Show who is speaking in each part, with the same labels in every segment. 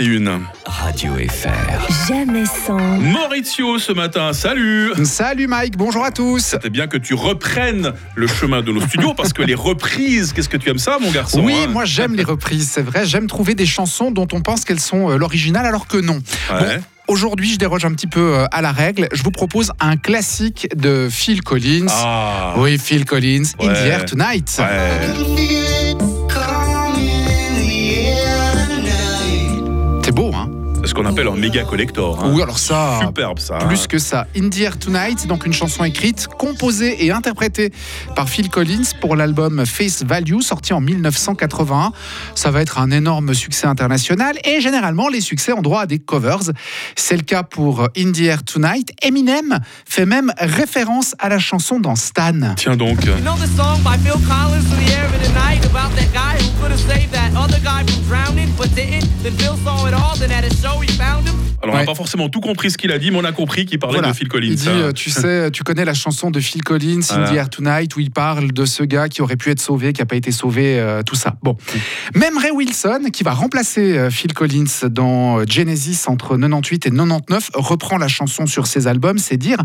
Speaker 1: 21.
Speaker 2: Radio FR.
Speaker 3: Jamais sans.
Speaker 1: Maurizio ce matin, salut
Speaker 4: Salut Mike, bonjour à tous.
Speaker 1: C'était bien que tu reprennes le chemin de nos studios parce que les reprises, qu'est-ce que tu aimes ça mon garçon
Speaker 4: Oui,
Speaker 1: hein
Speaker 4: moi j'aime les reprises, c'est vrai. J'aime trouver des chansons dont on pense qu'elles sont euh, l'original alors que non.
Speaker 1: Ouais.
Speaker 4: Bon, Aujourd'hui, je déroge un petit peu euh, à la règle. Je vous propose un classique de Phil Collins.
Speaker 1: Ah
Speaker 4: Oui, Phil Collins, In the
Speaker 1: Ouais.
Speaker 4: Air Tonight.
Speaker 1: Ouais.
Speaker 4: C'est beau, hein
Speaker 1: C'est ce qu'on appelle un méga collector. hein.
Speaker 4: Oui, alors ça.
Speaker 1: Superbe ça. hein.
Speaker 4: Plus que ça, In the Air Tonight, c'est donc une chanson écrite, composée et interprétée par Phil Collins pour l'album Face Value, sorti en 1981. Ça va être un énorme succès international et généralement les succès ont droit à des covers. C'est le cas pour In the Air Tonight. Eminem fait même référence à la chanson dans Stan.
Speaker 1: Tiens donc.
Speaker 5: You know the song by Phil Collins in the air of the night about that guy who could have saved that other guy from drowning but didn't? Then Phil saw it all, then at a show he found him.
Speaker 1: Alors on n'a
Speaker 4: Ouais.
Speaker 1: pas forcément tout compris ce qu'il a dit, mais on a compris qu'il parlait
Speaker 4: Voilà.
Speaker 1: de Phil Collins.
Speaker 4: Il dit,
Speaker 1: hein.
Speaker 4: euh, tu sais, tu connais la chanson de Phil Collins, In
Speaker 1: Voilà.
Speaker 4: the Air Tonight, où il parle de ce gars qui aurait pu être sauvé, qui n'a pas été sauvé, euh, tout ça. Bon. Même Ray Wilson, qui va remplacer euh, Phil Collins dans euh, Genesis entre 98 et 99, reprend la chanson sur ses albums, c'est dire.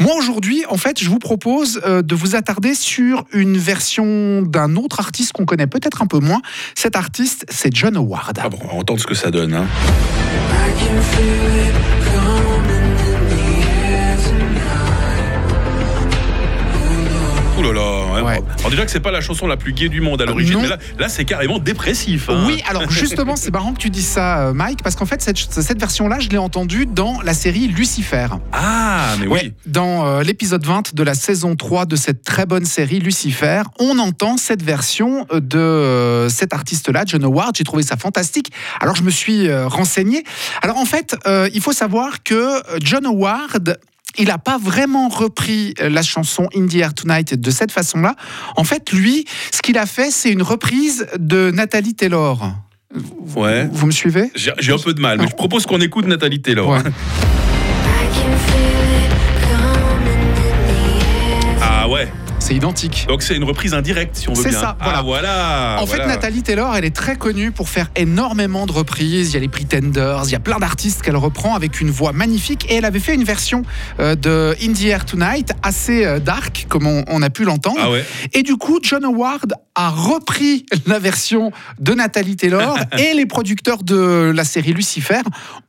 Speaker 4: Moi, aujourd'hui, en fait, je vous propose euh, de vous attarder sur une version d'un autre artiste qu'on connaît peut-être un peu moins. Cet artiste, c'est John Howard.
Speaker 1: Ah bon, on va entendre ce que ça donne. hein. Ouh là là. hein.
Speaker 4: Ouais. Ah
Speaker 1: Alors déjà que c'est pas la chanson la plus gaie du monde à l'origine,
Speaker 4: non.
Speaker 1: mais là, là, c'est carrément dépressif. hein.
Speaker 4: Oui, alors justement, c'est marrant que tu dis ça, euh, Mike, parce qu'en fait, cette, cette version-là, je l'ai entendue dans la série Lucifer.
Speaker 1: Ah, mais
Speaker 4: Ouais,
Speaker 1: oui.
Speaker 4: Dans euh, l'épisode 20 de la saison 3 de cette très bonne série Lucifer, on entend cette version euh, de euh, cet artiste-là, John Howard. J'ai trouvé ça fantastique. Alors, je me suis euh, renseigné. Alors, en fait, euh, il faut savoir que euh, John Howard. Il n'a pas vraiment repris euh, la chanson In the Air Tonight de cette façon-là. En fait, lui, ce qu'il a fait, c'est une reprise de Nathalie Taylor.
Speaker 1: Ouais.
Speaker 4: Vous me suivez
Speaker 1: J'ai j'ai un peu de mal, mais je propose qu'on écoute Nathalie Taylor.
Speaker 4: Ouais.
Speaker 1: Ah ouais,
Speaker 4: C'est identique.
Speaker 1: donc c'est une reprise indirecte si on veut
Speaker 4: C'est
Speaker 1: bien.
Speaker 4: ça,
Speaker 1: Ah voilà.
Speaker 4: En
Speaker 1: voilà.
Speaker 4: fait, Nathalie Taylor, elle est très connue pour faire énormément de reprises. Il y a les Pretenders, il y a plein d'artistes qu'elle reprend avec une voix magnifique. Et elle avait fait une version euh, de In the Air Tonight, assez euh, dark, comme on, on a pu l'entendre.
Speaker 1: Ah ouais.
Speaker 4: Et du coup, John Howard a repris la version de Nathalie Taylor et les producteurs de la série Lucifer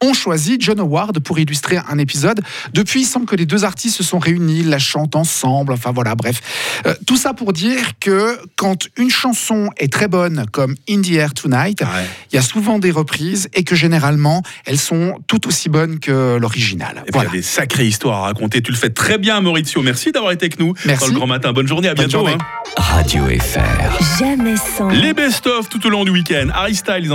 Speaker 4: ont choisi John Howard pour illustrer un épisode. Depuis, il semble que les deux artistes se sont réunis, la chantent ensemble, enfin voilà, bref. Euh, tout ça pour dire que quand une chanson est très bonne, comme In the Air Tonight, il
Speaker 1: Ah Ouais.
Speaker 4: y a souvent des reprises et que généralement, elles sont tout aussi bonnes que l'original.
Speaker 1: Et puis, il y
Speaker 4: Voilà.
Speaker 1: a des sacrées histoires à raconter. Tu le fais très bien, Maurizio. Merci d'avoir été avec nous
Speaker 4: Merci.
Speaker 1: dans le grand matin. Bonne journée, à
Speaker 4: Bonne
Speaker 1: bientôt.
Speaker 4: journée.
Speaker 1: hein.
Speaker 2: Radio FR.
Speaker 3: Jamais sans.
Speaker 1: Les best-of tout au long du week-end. Harry Styles